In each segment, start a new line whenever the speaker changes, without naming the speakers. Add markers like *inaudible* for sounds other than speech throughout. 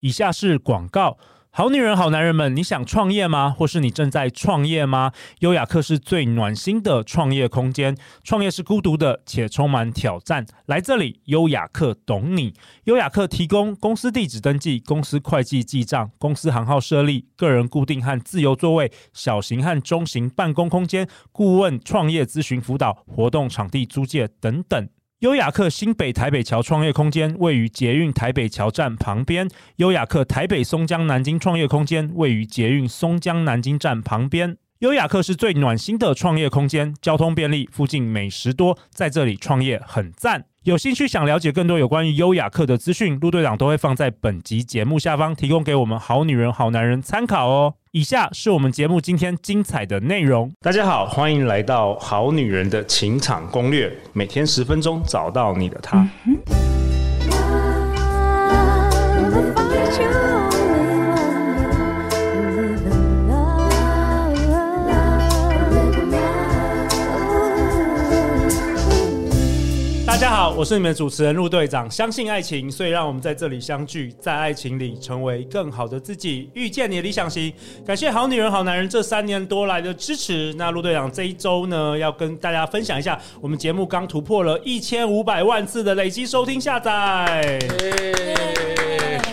以下是广告。好女人、好男人们，你想创业吗？或是你正在创业吗？优雅课是最暖心的创业空间。创业是孤独的，且充满挑战。来这里，优雅课懂你。优雅课提供公司地址登记、公司会计记账、公司行号设立、个人固定和自由座位、小型和中型办公空间、顾问创业咨询辅导、活动场地租借等等。优雅客新北台北桥创业空间位于捷运台北桥站旁边，优雅客台北松江南京创业空间位于捷运松江南京站旁边。优雅客是最暖心的创业空间，交通便利，附近美食多，在这里创业很赞。有兴趣想了解更多有关于优雅客的资讯，陆队长都会放在本集节目下方，提供给我们好女人、好男人参考哦。以下是我们节目今天精彩的内容。
大家好，欢迎来到《好女人哦的情场攻略》，每天十分钟，找到你的他。
大家好，我是你们的主持人陆队长。相信爱情，所以让我们在这里相聚，在爱情里成为更好的自己，遇见你的理想型。感谢《好女人好男人》这三年多来的支持。那陆队长这一周呢，要跟大家分享一下，我们节目刚突破了一千五百万次的累积收听下载。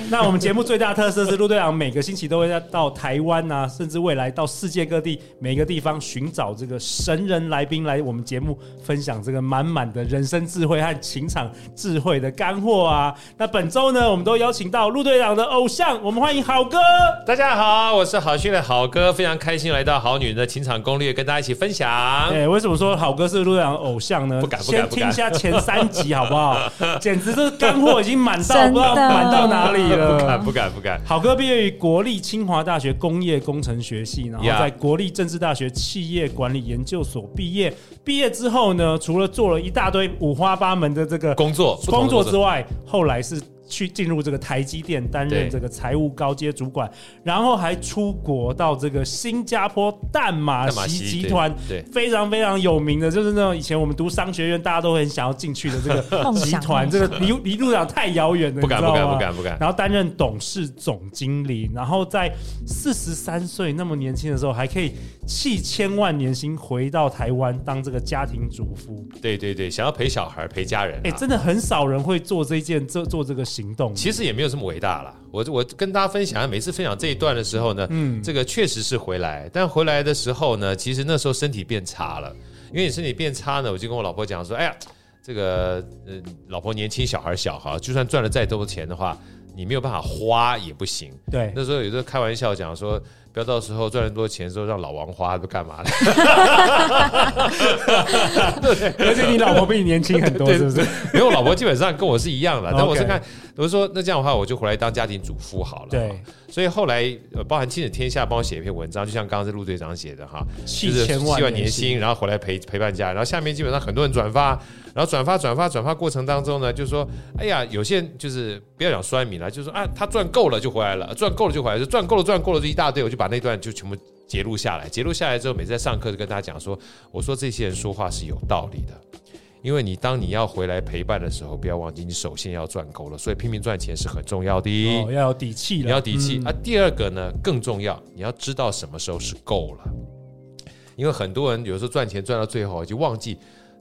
那我们节目最大特色是陆队长每个星期都会到台湾啊，甚至未来到世界各地每个地方寻找这个神人来宾来我们节目分享这个满满的人生智慧和情场智慧的干货啊。那本周呢，我们都邀请到陆队长的偶像，我们欢迎好哥。
大家好，我是好训的好哥，非常开心来到《好女人的情场攻略》，跟大家一起分享。
哎、为什么说好哥是陆队长的偶像呢？
不敢不
先
敢
听一下前三集好不好？ *laughs* 简直就是干货已经满到不知道
真的
满到哪里了。
不敢不敢不敢，
好哥毕业于国立清华大学工业工程学系，然后
Yeah
在国立政治大学企业管理研究所毕业。毕业之后呢，除了做了一大堆五花八门的这个
工作不同
工作
的
之外，后来是去进入这个台积电担任
对
这个财务高阶主管，然后还出国到这个新加坡淡马
淡马
锡
锡
集团，
对对
非常非常有名的，就是那种以前我们读商学院大家都很想要进去的这个
*laughs*
梦
集
想
团，
梦
这个离离路长太遥远了，
不敢
你知道
不敢
吗
不敢不敢
然后担任董事总经理，然后在四十三岁那么年轻的时候，还可以弃千万年薪回到台湾当这个家庭主妇。
对对对，想要陪小孩陪家人、啊，
哎、真的很少人会做这件这做这个行动。
其实也没有这么伟大啦。我我跟大家分享，每次分享这一段的时候呢，嗯，这个确实是回来，但回来的时候呢，其实那时候身体变差了，因为你身体变差呢，我就跟我老婆讲说，哎呀，这个呃，老婆年轻，小孩小哈，就算赚了再多钱的话，你没有办法花也不行。
对，
那时候有时候开玩笑讲说，不要到时候赚了多钱之后让老王花，都干嘛 *laughs* 呢？
而且你老婆比你年轻很多，是不是？
因为我老婆基本上跟我是一样的，但我是
OK
看，我是说那这样的话，我就回来当家庭主妇好了。
对，
所以后来呃，包含《亲子天下》帮我写一篇文章，就像刚刚是陆队长写的哈，
七
就是
千
七
万
万年薪，然后回来陪陪伴家，然后下面基本上很多人转发，然后转发转发转发过程当中呢，就说哎呀，有些人就是不要讲酸民了，就说啊，他赚够了就回来了，赚够了就回来了，赚够了赚够了就一大堆，我就把那段就全部。截录下来，截录下来之后，每次在上课就跟大家讲说，我说这些人说话是有道理的，因为你当你要回来陪伴的时候，不要忘记你首先要赚够了，所以拼命赚钱是很重要的。
哦，要有底气了，
你要底气、
嗯
啊。第二个呢，更重要，你要知道什么时候是够了，因为很多人有时候赚钱赚到最后就忘记，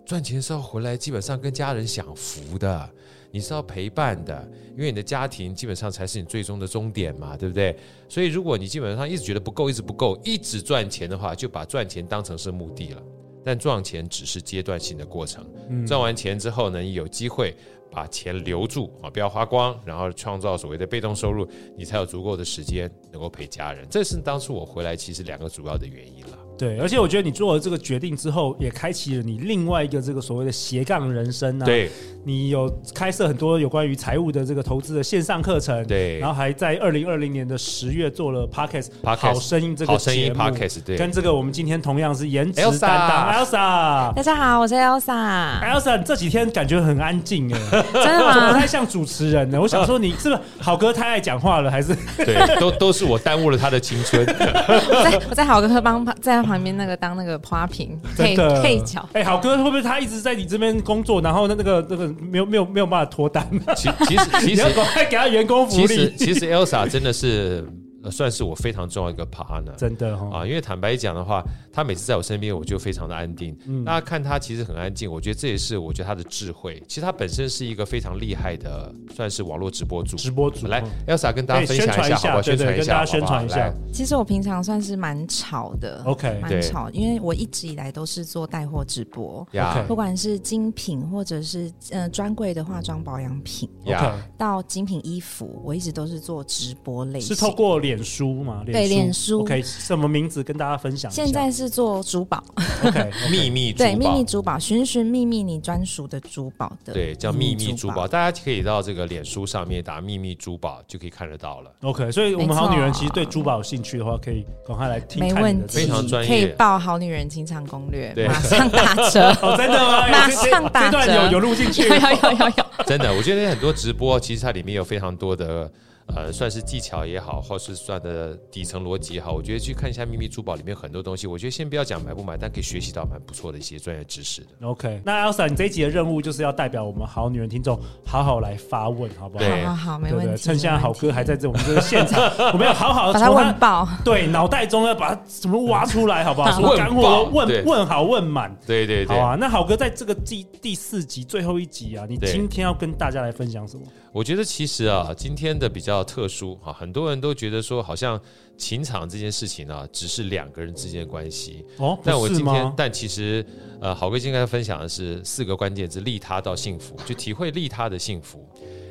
赚钱是要回来，基本上跟家人享福的，你是要陪伴的，因为你的家庭基本上才是你最终的终点嘛，对不对？所以如果你基本上一直觉得不够，一直不够，一直赚钱的话，就把赚钱当成是目的了。但赚钱只是阶段性的过程，
嗯
赚完钱之后呢，你有机会把钱留住啊，不要花光，然后创造所谓的被动收入，你才有足够的时间能够陪家人。这是当初我回来其实两个主要的原因了。
对，而且我觉得你做了这个决定之后，也开启了你另外一个这个所谓的斜杠人生啊。，
对
你有开设很多有关于财务的这个投资的线上课程，
对
然后还在二零二零年的十月做了 Podcast
Podcast，
好声音这个
好声音
节目
Podcast，对
跟这个我们今天同样是颜值
Elsa
担当 Elsa。
大家好，我是
*laughs*
Elsa。
Elsa，你这几天感觉很安静
*laughs*
哎，
真的
怎么不
吗？
太像主持人呢？我想说，你是不是好哥太爱讲话了，还是
对，都都是我耽误了他的青春。 *laughs*
我在我在好哥帮在旁边那个当那个花
*laughs*
瓶
真
配
的
配角。
哎、好哥会不会他一直在你这边工作，然后那那个那个没有没有没有办法脱单？
其其实
*laughs*
其
你
实
要赶快给他员工福
其实
利。
其实 Elsa 真的是呃算是我非常重要的一个 partner。
真的哈、哦，
啊，因为坦白讲的话，他每次在我身边，我就非常的安定。
嗯
大家看他其实很安静，我觉得这也是我觉得他的智慧。其实他本身是一个非常厉害的，算是网络直播主。
直播主
来
哦
，Elsa 跟大
哎
家分享
宣传
一
一
下，
下
好不好？
对对
宣传一
跟
下，
大家宣
好不好
传一下
来
其实我平常算是蛮吵的
OK
对
蛮吵，因为我一直以来都是做带货直播，
呀
OK
不管是精品或者是呃专柜的化妆保养品，
呀，
到精品衣服，我一直都是做直播类型。
是透过脸书嘛？
对脸书
OK，什么名字跟大家分享一下？
现在是做珠宝， *laughs*
OK，
秘密珠
对秘
宝
密。珠宝，寻寻觅觅你专属的珠宝的，
对，叫秘密珠宝，。大家可以到这个脸书上面打“秘密珠宝”就可以看得到了。 *laughs*
OK，所以我们
没错
好女人其实对珠宝有兴趣的话，可以赶快来听。，
没问题，
非常专业
可以报《好女人情场攻略
对》，
马上打折
哦，真的
*laughs*
吗？
马
有这
上打
这段有
折
有录进去
*laughs* 有。有有有有，
真的，我觉得很多直播其实它里面有非常多的。呃，算是技巧也好，或是算的底层逻辑也好，我觉得去看一下《秘密珠宝》里面有很多东西，我觉得先不要讲买不买，但可以学习到蛮不错的一些专业知识的。
OK，那 Elsa，你这一集的任务就是要代表我们好女人听众好好来发问，好不好？
对
对
好好好，没
不
问
对？
题。
趁现在好
没
哥
问题
还在这，我们这个现场，我们要 *laughs* 好好的
把他
从
问
他
爆，
对脑袋中要把它怎么挖出来，好不好？什么
问
干货
爆对
问问好问满。
对对
好
对，
啊，那好哥在这个第第四集最后一集啊，你
对
今天要跟大家来分享什么？
我觉得其实啊，今天的比较特殊啊，很多人都觉得说，好像情场这件事情啊，只是两个人之间的关系。
哦，
但我
不是
今天
吗，？
但其实，呃，好哥今天跟大家分享的是四个关键字：利他到幸福，就体会利他的幸福。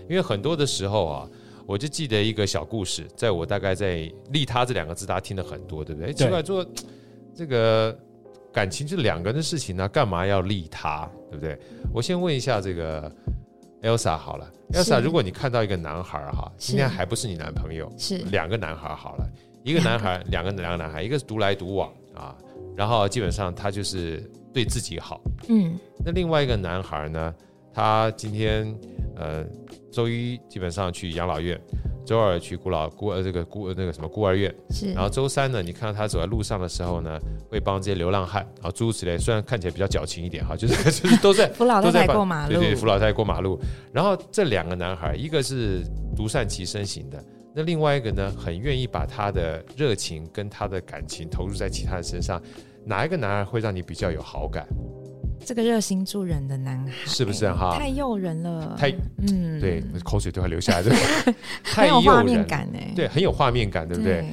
因为很多的时候啊，我就记得一个小故事，在我大概在“利他”这两个字，大家听了很多，对不对？哎奇怪，做这个感情就两个人的事情呢、干嘛要利他，对不对？我先问一下这个 Elsa 好了
是
，Elsa，如果你看到一个男孩儿哈，
是
今天还不是你男朋友，
是
两个男孩好了，一个男孩，两个两个男孩，一个是独来独往啊，然后基本上他就是对自己好。
嗯，
那另外一个男孩呢，他今天呃周一基本上去养老院，周二去孤老孤呃这个孤呃那个什么孤儿院，
是
然后周三呢，你看到他走在路上的时候呢，会帮这些流浪汉啊诸如此类，虽然看起来比较矫情一点哈，就是 *laughs* 就是都在
扶老
都
太
在
太
帮
过马路，
对对，扶老太太过马路。然后这两个男孩，一个是独善其身型的，那另外一个呢，很愿意把他的热情跟他的感情投入在其他人身上。哪一个男孩会让你比较有好感？
这个热心助人的男孩，
是不是哈
太诱人了，
太
嗯
对，口水都快流下来，
*laughs*
对吧太
很有画
诱
面
人，
感哎，
对，很有画面感，对不对？
对？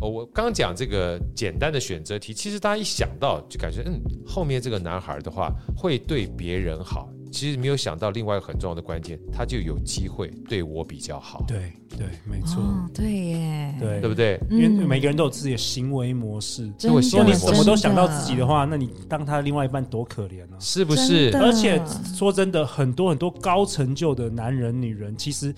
哦，我刚讲这个简单的选择题，其实大家一想到就感觉，嗯，后面这个男孩的话会对别人好，其实没有想到另外一个很重要的关键，他就有机会对我比较好，
对对，没错，
哦，对耶，
对
对不对？
因为
嗯
每个人都有自己的行为模式。
真
我
的
希
如
望
果你
真的
什么都想到自己的话，那你当他的另外一半多可怜啊！
是不是
真？的
而且说真的，很多很多高成就的男人、女人，其实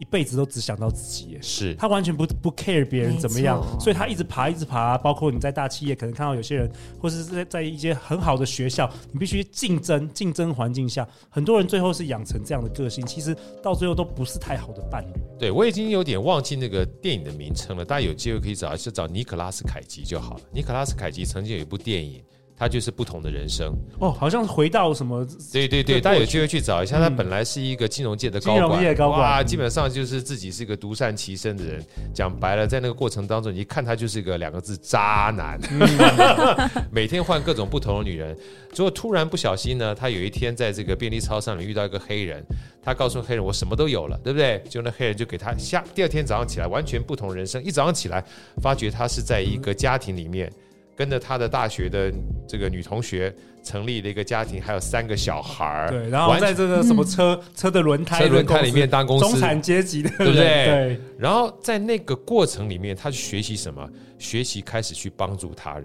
一辈子都只想到自己耶。
是
他完全不不 care 别人怎么样
没，错
所以他一直爬，一直爬。包括你在大企业，可能看到有些人，或是在在一些很好的学校，你必须竞争，竞争环境下，很多人最后是养成这样的个性，其实到最后都不是太好的伴侣。
对我已经有点忘记那个电影的名称了，大家有机会可以找一下，找尼可拉斯凯奇就好了。尼可拉斯凯奇曾经有一部电影，他就是不同的人生。
哦，好像回到什么
对对对，
对
大家有机会去找一下，
嗯
他本来是一个金融界的高
金融
管，
界高管
哇，
嗯
基本上就是自己是一个独善其身的人。讲白了，在那个过程当中，你一看他就是一个两个字渣男，
嗯
*laughs* 每天换各种不同的女人。结果突然不小心呢，他有一天在这个便利超商里遇到一个黑人，他告诉黑人我什么都有了，对不对？就那黑人就给他下，第二天早上起来完全不同人生，一早上起来发觉他是在一个家庭里面。跟着他的大学的这个女同学成立了一个家庭，还有三个小孩儿。
对，然后在这
嗯
个什么车车的轮胎
哎车轮胎里面
的
当公
公司中
司，
产阶级的人，
对不对
对
然后在那个过程里面，他去学习什么？学习开始去帮助他人，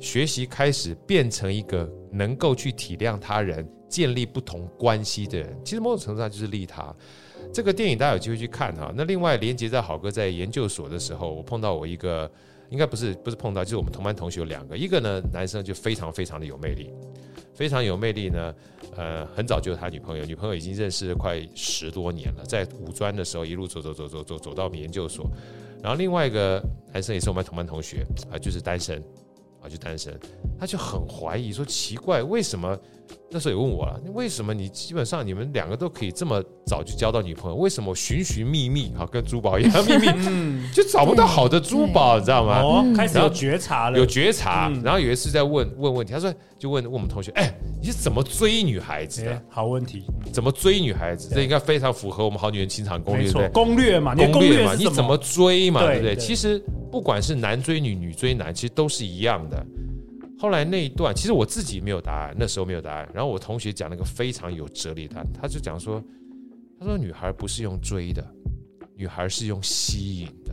学习开始变成一个能够去体谅他人、建立不同关系的人。其实某种程度上就是利他。这个电影大家有机会去看哈。那另外，连接在好哥在研究所的时候，我碰到我一个，应该不是不是碰到，就是我们同班同学有两个，一个呢男生就非常非常的有魅力，非常有魅力呢，呃，很早就有他女朋友，女朋友已经认识了快十多年了，在五专的时候一路走走走走走走到我们研究所，然后另外一个男生也是我们同班同学啊、就是单身。啊就单身，他就很怀疑说奇怪，为什么那时候也问我了，为什么你基本上你们两个都可以这么早就交到女朋友，为什么寻寻觅觅啊跟珠宝一样 *laughs* 秘密
*laughs* 嗯，
就找不到好的珠宝，你知道吗？
哦，
嗯
开始有觉察了，
有觉察，
嗯
然后有一次在问问问题，他说就问问我们同学，哎，你是怎么追女孩子的
哎？好问题，
怎么追女孩子？这应该非常符合我们好女人情场攻略，
没
对不
错
对，？
攻略嘛，你的
攻
攻
略
略
嘛，
是
你怎么追嘛，
对
对不对？
对
其实不管是男追女、女追男，其实都是一样的。后来那一段，其实我自己没有答案，那时候没有答案。然后我同学讲了一个非常有哲理的答案，他就讲说，他说女孩不是用追的，女孩是用吸引的。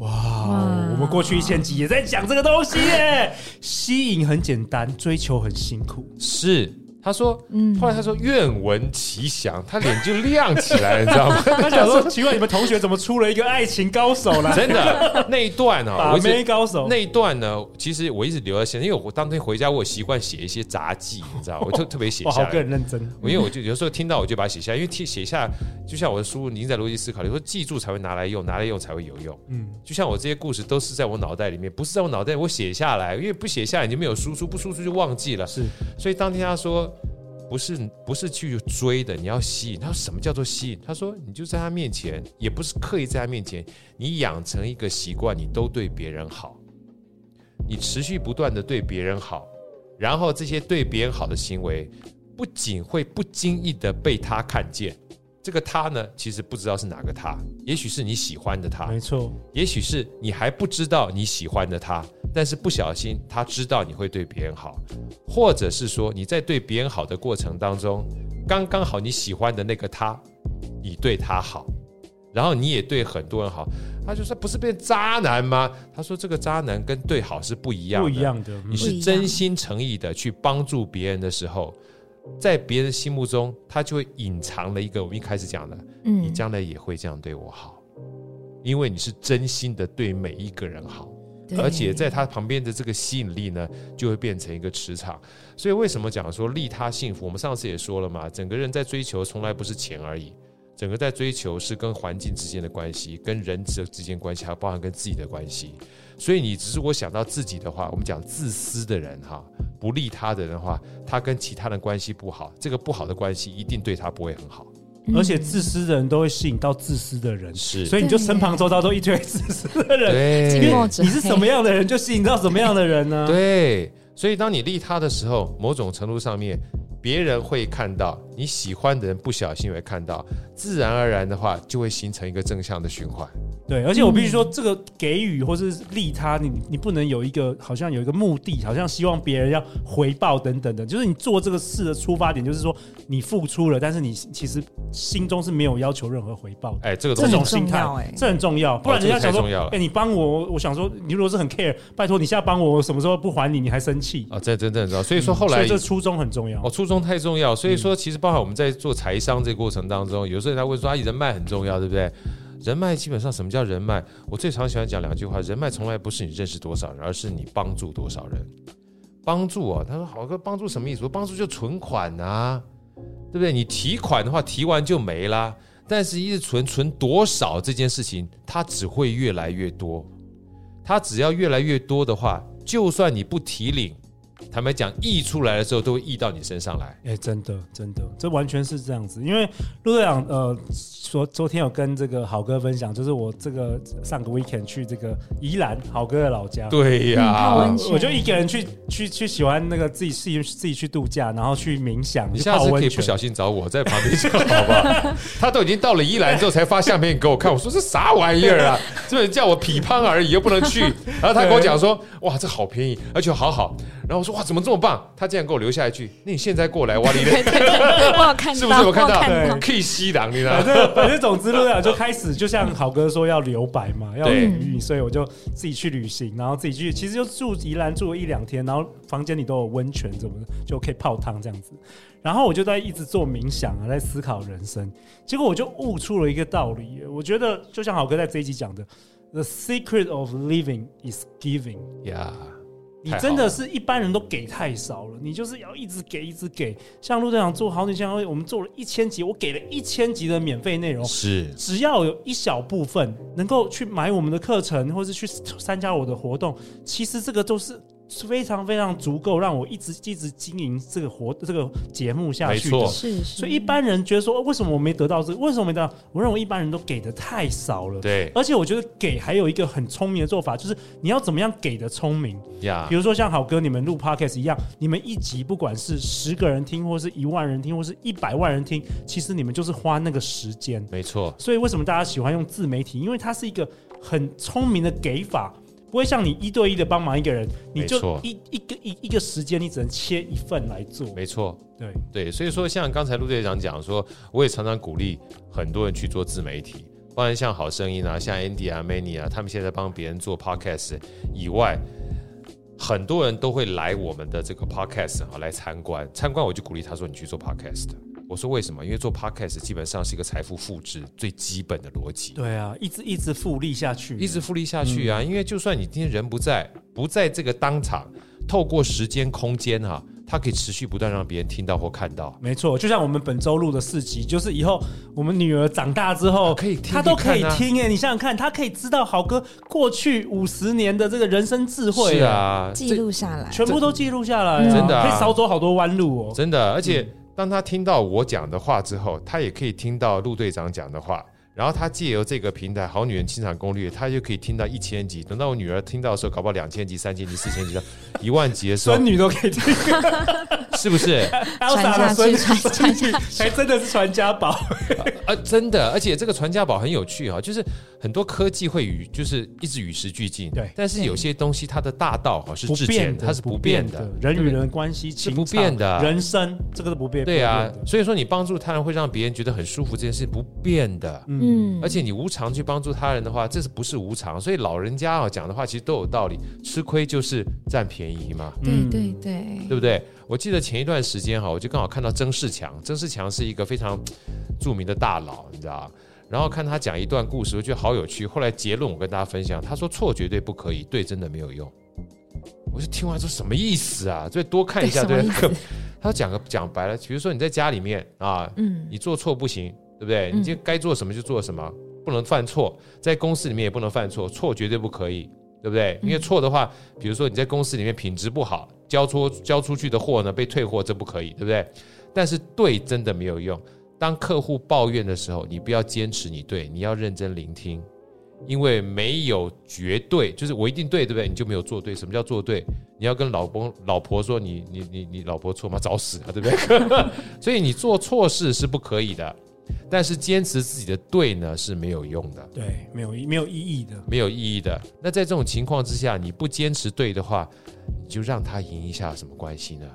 哇
哇
哦，我们过去一千集也在讲这个东西
*laughs*
耶。吸引很简单，追求很辛苦。
是，他说，
嗯
后来他说愿闻其详，他脸就亮起来了，你知道吗？
*laughs* 他想说，奇怪，你们同学怎么出了一个爱情高手啦？
真的那一段啊，
把
我一直
妹高手，
那一段呢，其实我一直留在现在，因为我当天回家，我有习惯写一些杂记，你知道，我特特别写
哇，
下
好
来
个。人认真。
我因为我就有时候听到我就把它写下来，因为听写下就像我的书《您在逻辑思考》，你说记住才会拿来用，拿来用才会有用。
嗯，
就像我这些故事都是在我脑袋里面，不是在我脑袋，我写下来，因为不写下来你就没有输出，不输出就忘记了。
是
所以当天他说，不是不是去追的，你要吸引。他说什么叫做吸引？他说你就在他面前，也不是刻意在他面前，你养成一个习惯，你都对别人好，你持续不断的对别人好，然后这些对别人好的行为，不仅会不经意的被他看见。这个他呢，其实不知道是哪个他，也许是你喜欢的他，
没错，
也许是你还不知道你喜欢的他，但是不小心他知道你会对别人好，或者是说你在对别人好的过程当中，刚刚好你喜欢的那个他，你对他好，然后你也对很多人好，他就说不是变渣男吗？他说这个渣男跟对好是不一样
不
的，
一样的。嗯
你是真心诚意的去帮助别人的时候，在别人心目中，他就会隐藏了一个我们一开始讲的，你
嗯，
将来也会这样对我好，因为你是真心的对每一个人好，
对
而且在他旁边的这个吸引力呢，就会变成一个磁场。所以为什么讲说利他幸福？我们上次也说了嘛，整个人在追求从来不是钱而已，整个在追求是跟环境之间的关系，跟人之之间关系，还有包含跟自己的关系。所以你只是我想到自己的话，我们讲自私的人哈，不利他的人的话，他跟其他人关系不好，这个不好的关系一定对他不会很好。
而且自私的人都会吸引到自私的人，
是
所以你就身旁周遭都一堆自私的人。
对，
寂寞者
你是什么样的人，就吸引到什么样的人呢？
对，所以当你利他的时候，某种程度上面，别人会看到你喜欢的人，不小心也会看到，自然而然的话，就会形成一个正向的循环。
对，而且我必须说，
嗯
这个给予或是利他，你你不能有一个好像有一个目的，好像希望别人要回报等等的。就是你做这个事的出发点，就是说你付出了，但是你其实心中是没有要求任何回报的。
哎，这个东
这
西
种心态
这很重要
这很重要，
哎
不然
哦这个
人家想
太
说
重要了，
哎，你帮我，我想说，你如果是很 care，拜托你现在帮我，我什么时候不还你，你还生气？
啊，这真正知道。所以说后
所
来
以这初衷很重要嗯
哦，。初衷太重要。所以说，其实包含我们在做财商这个过程当中，有时候人家会说，啊，人脉很重要，对不对？人脉基本上什么叫人脉？我最常喜欢讲两句话：人脉从来不是你认识多少人，而是你帮助多少人。帮助哦，他说好哥，帮助什么意思？我帮助就存款啊，对不对？你提款的话，提完就没啦。但是一直存存多少这件事情，它只会越来越多。它只要越来越多的话，就算你不提领，坦白讲，溢出来的时候都会溢到你身上来。
哎、真的，真的，这完全是这样子。因为陆队长，呃，昨昨天有跟这个好哥分享，就是我这个上个 weekend 去这个宜兰好哥的老家，
对啊
嗯泡温泉，
我就一个人去去去喜欢那个自己自己自己去度假，然后去冥想，
你
去
下
泡
次可
温
以
泉
不小心找我在旁边就好吧？
*laughs*
他都已经到了宜兰之后才发相片给我看，我说这啥玩意儿啊？这人叫我匹胖而已，又不能去。然后他跟我讲说，哇，这好便宜，而且好好。然后我说哇，怎么这么棒？他竟然给我留下一句，那你现在过来，哇，你的
对对对，我有看到，
是不是我看到
看到
可以吸狼，你知道吗
反？正反正总之，陆队长就开始，就像好哥说要留白嘛，要
对
旅行，所以我就自己去旅行，然后自己去，其实就住宜兰住了一两天，然后房间里都有温泉什么的，就可以泡汤这样子。然后我就在一直做冥想啊，在思考人生。结果我就悟出了一个道理，我觉得就像好哥在这一集讲的，The secret of living is giving。
呀，
你
太好
真的
了
是一般人都给太少了，你就是要一直给，一直给。像陆队长做好女相我们做了一千集，我给了一千集的免费内容，
是
只要有一小部分能够去买我们的课程，或是去参加我的活动，其实这个都是非常非常足够让我一直一直经营这个活这个节目下去
没
的
错。
是是，
所以一般人觉得说，哦为什么我没得到这个？为什么没得到？我认为一般人都给的太少了。
对
而且我觉得给还有一个很聪明的做法，就是你要怎么样给的聪明。
呀
比，如说像好哥你们录 podcast 一样，你们一集不管是十个人听，或是一万人听，或是一百万人听，其实你们就是花那个时间。
没错，
所以为什么大家喜欢用自媒体？因为它是一个很聪明的给法，不会像你一对一的帮忙一个人，你
没错
就一一个一一个时间，你只能切一份来做。
没错。
对，
对，所以说像刚才陆队长讲说，我也常常鼓励很多人去做自媒体，包含像好声音啊、像 Andy 啊、Many 啊，他们现在帮别人做 podcast 以外，很多人都会来我们的这个 podcast 啊来参观。参观我就鼓励他说：“你去做 podcast。”我说：“为什么？因为做 podcast 基本上是一个财富复制最基本的逻辑。”
对啊，一直一直复利下去，
一直复利下去啊。因为就算你今天人不在，不在这个当场，透过时间、空间哈、它可以持续不断让别人听到或看到。
没错，就像我们本周录的四集，就是以后我们女儿长大之后，
哦可以听
她都可以
听看啊
听哎、你想想看，她可以知道豪哥过去五十年的这个人生智慧、
是，啊，
记录下来，
全部都记录下来、啊，
真的啊
可以少走好多弯路哦、
真的。而且当他听到我讲的话之后，他也可以听到陆队长讲的话。然后他借由这个平台《好女人情场攻略》，他就可以听到一千集。等到我女儿听到的时候，搞不好两千集、三千集、四千集、一万集的时 *laughs* 候
孙，女都可以听
是不是？
，Elsa 的孙女
传下去传
孙女还真的是传家宝。
啊，真的，而且这个传家宝很有趣哈、就是很多科技会与就是一直与时俱进，
对
但是有些东西它的大道哈、是
不
至
变
简，
的，
它是不变的，
人
对不
与
对
人关系情
不
场
变的啊
人生这个都不变。
对啊
不，
所以说你帮助他人会让别人觉得很舒服，这件事不变的。
变的，嗯，
嗯，
而且你无偿去帮助他人的话，这是不是无偿？所以老人家啊讲的话其实都有道理，吃亏就是占便宜嘛，
对
嗯
对对
对，不对？我记得前一段时间哈，我就刚好看到曾仕强，曾仕强是一个非常著名的大佬，你知道吧然后看他讲一段故事，我觉得好有趣。后来结论我跟大家分享，他说错绝对不可以，对真的没有用。我就听完说什么意思啊？所以多看一下
对
对
什么意思。
*laughs* 他讲个讲白了，比如说你在家里面啊，
嗯，
你做错不行，对不对？
嗯
你就该做什么就做什么，不能犯错。在公司里面也不能犯错，错绝对不可以，对不
嗯
对？因为错的话，比如说你在公司里面品质不好，交出交出去的货呢被退货，这不可以，对不对？但是对真的没有用。当客户抱怨的时候，你不要坚持你对，你要认真聆听，因为没有绝对，就是我一定对，对不对？你就没有做对。什么叫做对？你要跟老公、老婆说你你你你老婆错吗？找死啊，对不对？所以你做错事是不可以的，但是坚持自己的对呢是没有用的，
对，没有没有意义的。
没有意义的。那在这种情况之下，你不坚持对的话，你就让他赢一下，有什么关系呢？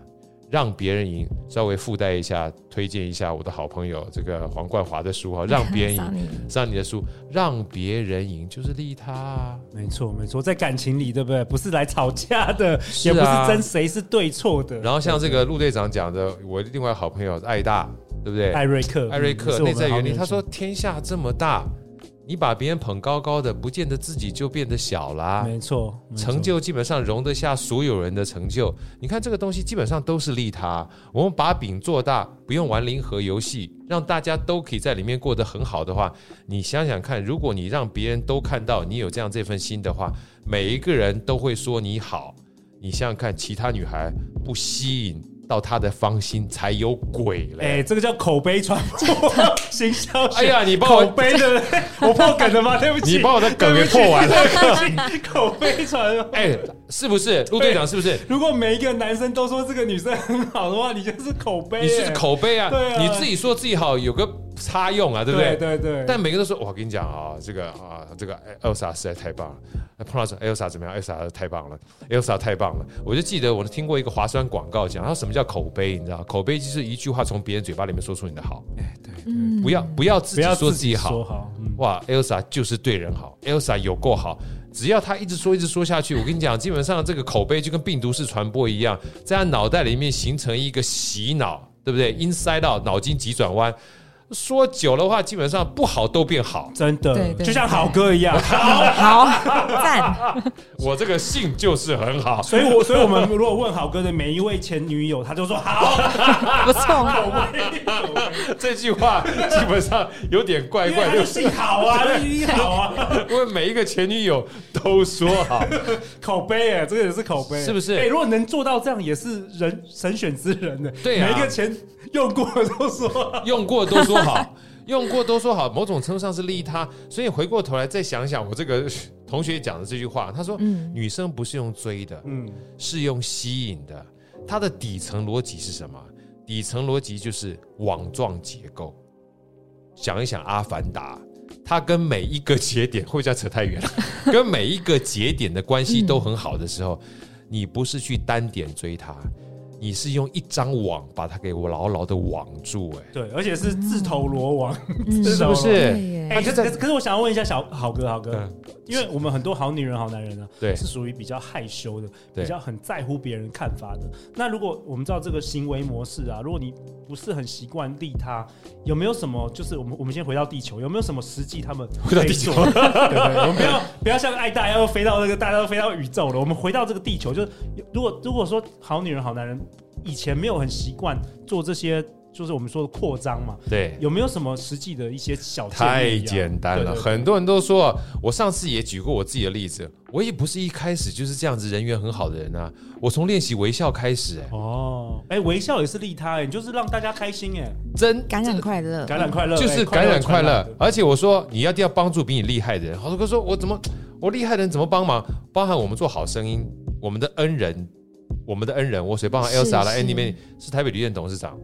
让别人赢，稍微附带一下，推荐一下我的好朋友这个黄冠华的书哈，让别人赢，
Sunny
上你的书，让别人赢就是利他啊。
没错，没错，在感情里，对不对？不是来吵架的，
是
也不
啊
是争谁是对错的。
然后像这个陆队长讲的，我另外好朋友艾大，对不对？
艾瑞克，
艾瑞克
嗯
内在原理，他说：“天下这么大，你把别人捧高高的，不见得自己就变得小啦。
没错，没错
啊成就基本上容得下所有人的成就。你看这个东西基本上都是利他。我们把饼做大，不用玩零和游戏，让大家都可以在里面过得很好的话，你想想看，如果你让别人都看到你有这样这份心的话，每一个人都会说你好。你想想看，其他女孩不吸引到她的芳心才有鬼嘞。
哎，这个叫口碑传播行销学。
哎呀你帮我
口碑对
*laughs*
不对？我破梗了吗？对不 *laughs* 起，
你把我的梗给破完了。
了。口碑传播。
哎、是不是陆队长？是不是？
如果每一个男生都说这个女生很好的话，你就是口碑耶。
你是口碑啊，
对啊
你自己说自己好，有个差用啊，对不对？
对对对。
但每个人都说，我跟你讲啊，这个啊，这个哎 Elsa 实在太棒了。哎碰到说 Elsa 怎么样？Elsa 太棒了，Elsa 太棒了。我就记得我听过一个划算广告讲，他说什么叫口碑？你知道，口碑就是一句话从别人嘴巴里面说出你的好，
哎对，
嗯
不要不要自
不
己
要
说
自
自己好
说，好，嗯，
哇，Elsa 就是对人好，Elsa 有够好。只要他一直说一直说下去，我跟你讲，基本上这个口碑就跟病毒式传播一样，在他脑袋里面形成一个洗脑，对不对？Inside out，脑筋急转弯。说久的话，基本上不好都变好。
真的
对，对
就像好哥一样。
好，赞，
我这个姓就是很
*laughs*
好，
所以我，所以我们如果问好哥的每一位前女友，他就说
*laughs*
好，
不错，
这句话基本上有点怪
因为 *laughs*
怪
他
的
就，姓好啊，就是一好啊，
因为每一个前女友都说好，
口碑哎，这个也是口碑，
是不是
哎，如果能做到这样，也是人神选之人的，
对啊
每一个前用过的都说，
用过都说好， *laughs* 用过都说好，某种程度上是利他。所以回过头来再想想我这个同学讲的这句话，他说：“
嗯
女生不是用追的，
嗯，
是用吸引的。它的底层逻辑是什么？底层逻辑就是网状结构。想一想，《阿凡达》，它跟每一个节点，会不会这样扯太远了？跟每一个节点的关系都很好的时候，你不是去单点追它，你是用一张网把它给我牢牢的网住、哎，
对，而且是自投罗网。
嗯
是不
是
对耶
哎，可是可是可是我想要问一下小好哥，好哥，因为我们很多好女人、好男人呢，
嗯对
是属于比较害羞的，
对
比较很在乎别人看法的。那如果我们知道这个行为模式啊，如果你不是很习惯利他，有没有什么就是我们我们先回到地球，有没有什么实际他们
回到地球 *laughs*
可以做的对对对我们不要不要像爱大家都飞到那个大家都飞到宇宙了，我们回到这个地球，就是如果如果说好女人、好男人以前没有很习惯做这些，就是我们说的扩张嘛。
对。
有没有什么实际的一些小建
太
议啊
简单了，
对对对
很多人都说，我上次也举过我自己的例子，我也不是一开始就是这样子人缘很好的人啊，我从练习微笑开始、哎
哦，哎、微笑也是利他、哎，你就是让大家开心、
真
感染快乐
哎，，感染快乐，
就是
哎
感染快乐
传染。
而且我说你要一定要帮助比你厉害的人。好多哥说，我怎么我厉害的人怎么帮忙？包含我们做好声音，我们的恩人，我们的恩人，我谁帮忙
是
Elsa 来 a
是
n y m a 是台北旅店董事长。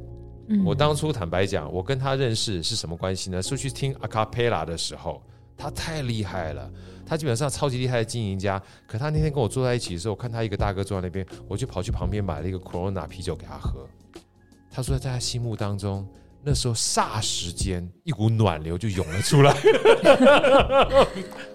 嗯
我当初坦白讲，我跟他认识是什么关系呢？是去听 a cappella 的时候，他太厉害了，他基本上超级厉害的经营家。可他那天跟我坐在一起的时候，我看他一个大哥坐在那边，我就跑去旁边买了一个 Corona 啤酒给他喝。他说，在他心目当中，那时候霎时间一股暖流就涌了出来。 *laughs*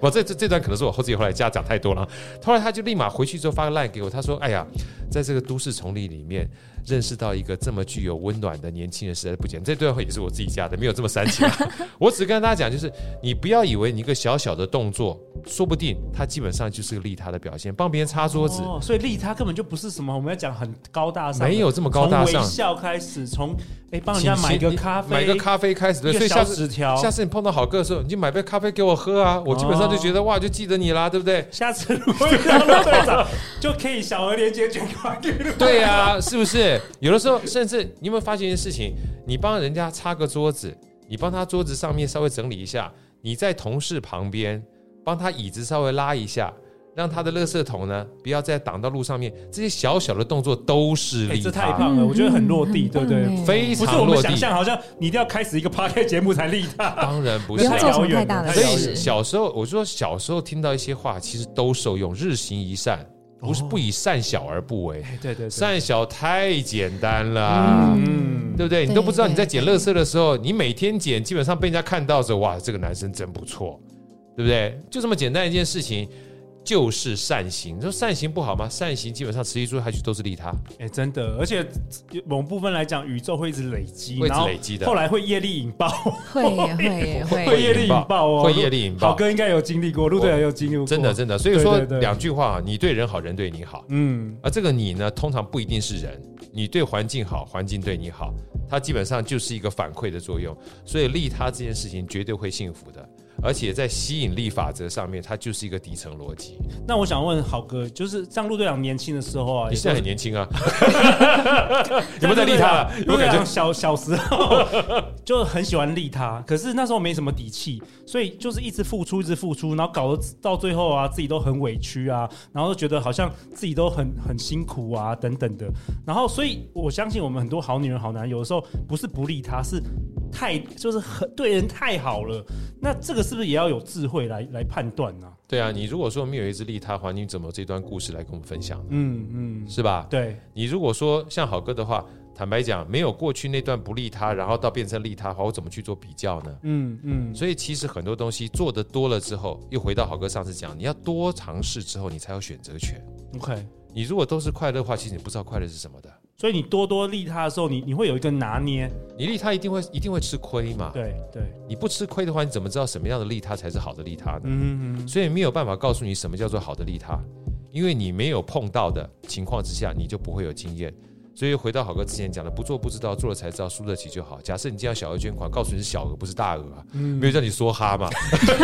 我这这这段可能是我后自己后来加讲太多了。后来他就立马回去之后发个 line 给我，他说：“哎呀，在这个都市丛林里面，认识到一个这么具有温暖的年轻人实在不简单。这段话也是我自己加的，没有这么煽
*laughs*
情、啊。我只跟大家讲，就是你不要以为你一个小小的动作，说不定它基本上就是个利他的表现，帮别人擦桌子。
哦，所以利他根本就不是什么我们要讲很高大上的，
没有这么高大上
从微笑开始，从哎帮人家买一个咖啡，
买个咖啡开始，对，
一
所
个
以下
小
次
纸条。
下次你碰到好哥的时候，你就买杯咖啡给我喝
哦
啊！我基本上就觉得、哇，就记得你啦，对
*laughs*
不对？
下次如果遇到陆队长，就可以小额连接捐款给陆队长
对呀、 *laughs* 是不是？有的时候，甚至你有没有发现一件事情？你帮人家擦个桌子，你帮他桌子上面稍微整理一下，你在同事旁边帮他椅子稍微拉一下，让他的垃圾桶呢不要再挡到路上面，这些小小的动作都是
哎
利
这
他，
太棒了，我觉得很落地，
嗯
对不
很棒
对？
哎
非
不是
常
我
落
们
地
想。象，好像你一定要开始一个 p a r t 节目才利他。
当然不
不
是
这
要
太
啊，
做
遥
什么
远
太
了
大的
太
所
遥远
事
以
了
情，
小时候，我说小时候听到一些话，其实都受用，日行一善，不是不以善小而不为，
哎哦对对对，
善小太简单了。
嗯，
对不对？你
对
都不知道你在
对
捡垃圾的时候，你每天捡，基本上被人家看到的时候，哇，这个男生真不错，对不对？就这么简单一件事情，就是善行。你说善行不好吗？善行基本上持续做下去都是利他，
哎、真的，而且某部分来讲，宇宙会一直累积，
会一直
然后
累积的
后来会业力引爆，
会耶会耶
会
会，
业力引爆哦，
会业力引
好
爆，
哥应该有经历过，陆队长有经历过，
真的真的。所以
对
说
对对
两句话，你对人好，人对你好。
嗯，
而这个你呢，通常不一定是人，你对环境好，环境对你好，它基本上就是一个反馈的作用。所以利他这件事情绝对会幸福的，而且在吸引力法则上面，它就是一个底层逻辑。
那我想问好哥，就是像陆队长年轻的时候啊，
你现在很
也
年轻啊，
是
*laughs* 有没有在利
*laughs*
他？有没
陆
有
队长
感觉？
啊小小时候就很喜欢利他，可是那时候没什么底气，所以就是一直付出，一直付出，然后搞得到最后啊，自己都很委屈啊，然后就觉得好像自己都很很辛苦啊，等等的。然后，所以我相信我们很多好女人、好男人，有的时候不是不利他，是太就是很对人太好了。那这个是不是也要有智慧来来判断呢、
对啊，你如果说没有一只利他环，你怎么这段故事来跟我们分享呢？
嗯嗯，
是吧？
对，
你如果说像好哥的话，坦白讲，没有过去那段不利他，然后到变成利他的话，我怎么去做比较呢？
嗯嗯，
所以其实很多东西做的多了之后，又回到好哥上次讲，你要多尝试之后，你才有选择权。
OK。
你如果都是快乐的话，其实你不知道快乐是什么的。
所以你多多利他的时候，你你会有一个拿捏，
你利他一定会一定会吃亏嘛。
对对，
你不吃亏的话，你怎么知道什么样的利他才是好的利他呢？
嗯嗯，
所以没有办法告诉你什么叫做好的利他，因为你没有碰到的情况之下，你就不会有经验。所以回到好哥之前讲的，不做不知道，做了才知道，输得起就好。假设你今天要小额捐款，告诉你是小额，不是大额啊，没有叫你梭哈嘛。
*laughs*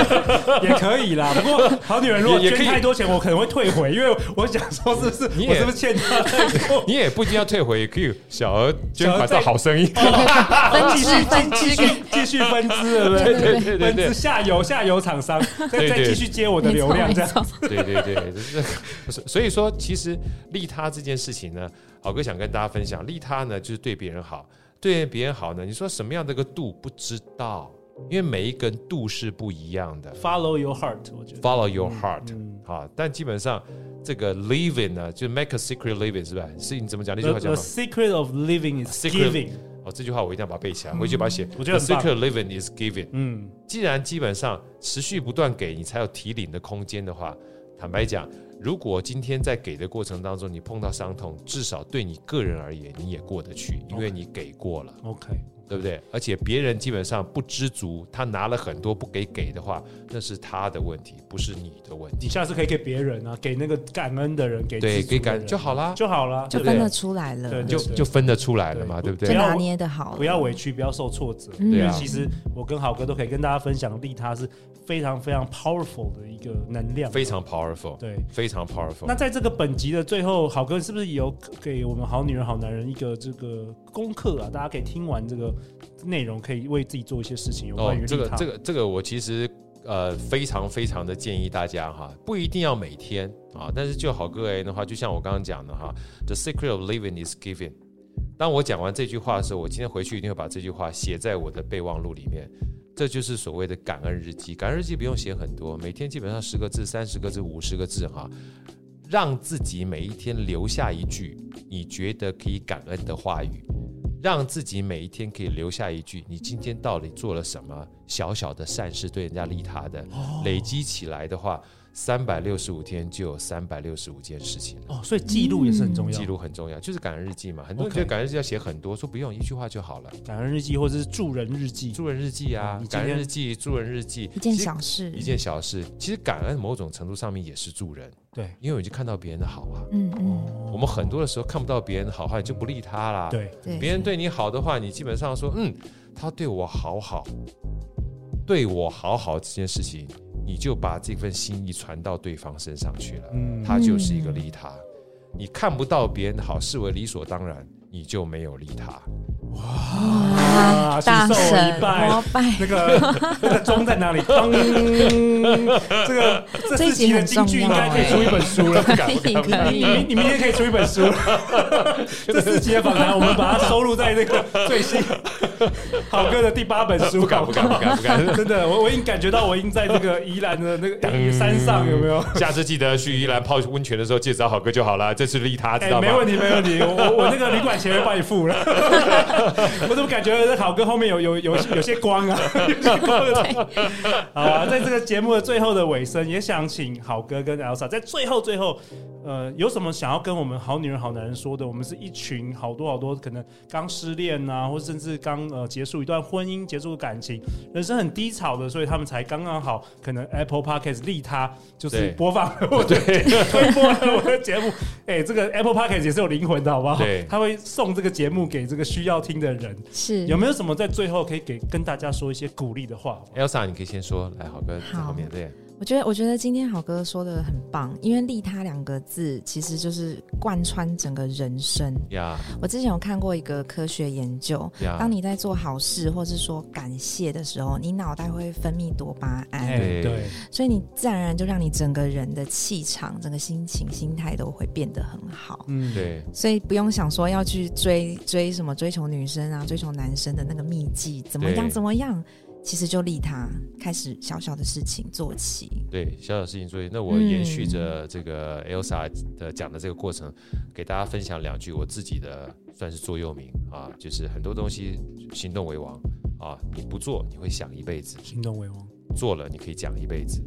也可以
*laughs*
啦。不过好女人如果
也也
捐
可以
太多钱，我可能会退回，因为我想说是不是
你也
我是不是欠她太多？
*laughs* 你也不一定要退回，也可以小额捐款到好生意。
分
继续
支分
继
支
续
*laughs*
继续分支， *laughs* 对不
对
对？
对对对
分支
对
下游下游厂
*laughs*
商，再
对
再
对
继续接我的
没
流
错
量，
没
这样
错，
对对对，就是所所以说，其实利他这件事情呢，好哥想跟大家分享，利他呢就是对别人好，对别人好呢，你说什么样的一个度不知道，因为每一个人度是不一样的。
follow your heart，我觉得
Follow your heart，
嗯
好、但基本上这个 living 呢，就是 make a secret living，是吧？是你怎么讲那句
The,
话讲
the
吗？
secret of living is
Secret-
giving。
哦，这句话我一定要把它背起来，回去把它写。
嗯我觉得很
the
棒
secret living is giving。
嗯，
既然基本上持续不断给你才有提领的空间的话，坦白讲，如果今天在给的过程当中你碰到伤痛，至少对你个人而言你也过得去，因为你给过了
OK，
对不对？而且别人基本上不知足，他拿了很多不给给的话，那是他的问题，不是你的问
你
题。
下次可以给别人啊，给那个感恩的人，给
对，
知足的
给感
人
就好啦，
就好了，
就
对不
分
对
得出来了
对，
就就分得出来了嘛，
对
对不
就
对？
拿捏的好了，
不要委屈，不要受挫折。
嗯
对
因为
啊
其实我跟豪哥都可以跟大家分享，利他是非常非常 powerful 的一个能量，
非常 powerful，
对。
非常 powerful。
那在这个本集的最后，好哥是不是有给我们好女人、好男人一个这个功课啊？大家可以听完这个内容，可以为自己做一些事情，有关于
哦这
利
个
他。
这个这个，我其实呃非常非常的建议大家哈，不一定要每天啊，但是就好个人的话，就像我刚刚讲的哈，The secret of living is giving。当我讲完这句话的时候，我今天回去一定会把这句话写在我的备忘录里面。这就是所谓的感恩日记。感恩日记不用写很多，每天基本上十个字、三十个字、五十个字哈，让自己每一天留下一句你觉得可以感恩的话语。让自己每一天可以留下一句：你今天到底做了什么小小的善事，对人家利他的，
哦
累积起来的话，三百六十五天就有三百六十五件事情了。
哦，所以记录也是很重要。
记录很重要，就是感恩日记嘛。很多人
OK
觉得感恩日记要写很多，说不用一句话就好了。
感恩日记或者是助人日记，
助人日记啊
嗯你，今
感
天
恩日记、助人日记，
一件
其实
小事，
一件小事，其实感恩某种程度上面也是助人，
对，
因为我已经看到别人的好啊。
嗯嗯，
我们很多的时候看不到别人的好话，你就不利他啦。，
对，
对，
别人对你好的话，你基本上说，嗯，他对我好好，对我好好这件事情，你就把这份心意传到对方身上去了，
嗯，
他就是一个利他。你看不到别人的好，视为理所当然，你就没有利他。
啊
哇，大
是受我
神
一拜
膜拜，
那个 *laughs* 那个钟在哪里？当，
*laughs*
这个
这
这
一
四集
集
的
很
京
重
剧应
要
该可以
哎
出一本书了。
可以
啊
可
你
以，
明你明天可以出一本
*laughs*
书，这四集的访谈我们把它收录在那个最新 *laughs* 好哥的第八本书。
不敢，不敢，不敢，不 *laughs*
*laughs*
敢。
真的，我我已经感觉到我已经在这个宜兰的那个山上，有没有？
下次记得去宜兰泡温泉的时候，记得找好哥就好了。这次利他，知
哎、
道吗？
没问题，没问题，我我我那个旅馆钱会帮你付
*laughs*
了。我怎么感觉好哥后面有有有有些光啊？ *laughs* 有些光好啊，在这个节目的最后的尾声，也想请好哥跟 Elsa 在最后最后，呃，有什么想要跟我们好女人好男人说的？我们是一群好多好多可能刚失恋啊，或甚至刚呃结束一段婚姻、结束感情，人生很低潮的，所以他们才刚刚好，可能 Apple Podcast 利他就是
对
播放了我的推播了我的节目。哎、这个 Apple Podcast 也是有灵魂的，好不好？
对
*laughs* 他会送这个节目给这个需要听的人。
是
有没有什么在最后可以给跟大家说一些鼓励的话？好不好
Elsa，你可以先说，来，好哥在后面对，
我觉得，我觉得今天好哥说的很棒，因为“利他”两个字其实就是贯穿整个人生。
呀
我之前有看过一个科学研究，
呀，
当你在做好事或是说感谢的时候，你脑袋会分泌多巴胺，
哎
对
对，
所以你自然而然就让你整个人的气场、整个心情、心态都会变得很好。
嗯，
对
所以不用想说要去追追什么追求女生啊、追求男生的那个秘籍，怎么样
对
怎么样，其实就利他，开始小小的事情做起。
对，小小事情注意。那我
嗯
延续着这个 Elsa 的讲的这个过程，给大家分享两句我自己的算是座右铭啊，就是很多东西行动为王啊，你不做你会想一辈子，
行动为王，
做了你可以讲一辈子，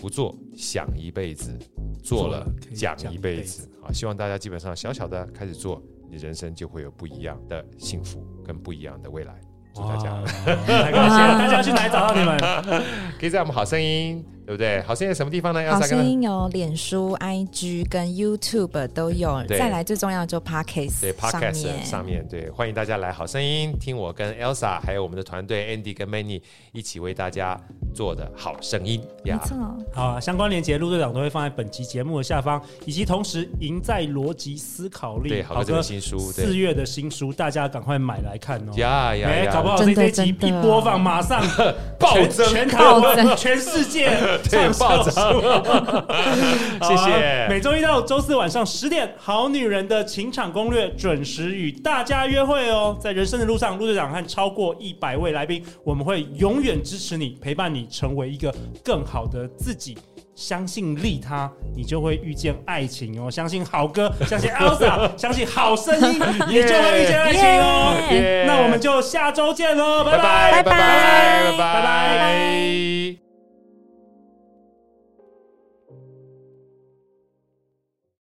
不做想一辈子，
做
做
了
了
可以
讲
讲一
一
辈
辈
子
子啊！希望大家基本上小小的开始做，你人生就会有不一样的幸福跟不一样的未来。祝大家
哇 *laughs* 太高兴了！大家要去哪里找到你们？ *laughs*
可以在我们好声音，对不对？好声音什么地方呢？要
好
三个
声音有脸书、IG 跟 YouTube 都有，
对
再来最重要就 Podcast
对
上
Podcast 上
面
面对，欢迎大家来好声音听我跟 Elsa 还有我们的团队 Andy 跟 Many 一起为大家做的好声音
没
呀。
错，
好啊，相关链接陆队长都会放在本集节目的下方，以及同时赢在逻辑思考力。
对，好哥这本新书，
四
对
月的新书，大家赶快买来看哦。
呀呀
哎，
呀，
搞不好这
真的
这一集
真
一
的
播放，马上
*laughs* 暴
全
增，
全台
暴
湾、
增
全世界
*laughs* 对，暴
*laughs*
增，谢
好啊
谢
每，周一到周四晚上十点，《好女人的情场攻略》准时与大家约会哦。在人生的路上，陆队长和超过一百位来宾，我们会永远支持你，陪伴你成为一个更好的自己。相信利他，你就会遇见爱情哦。相信好歌，相信 Elsa，相信好声音，你就会遇见爱情
*laughs*
哦。
耶
那我们就下周见喽，拜拜
拜拜拜
拜
拜
拜
拜
拜
拜。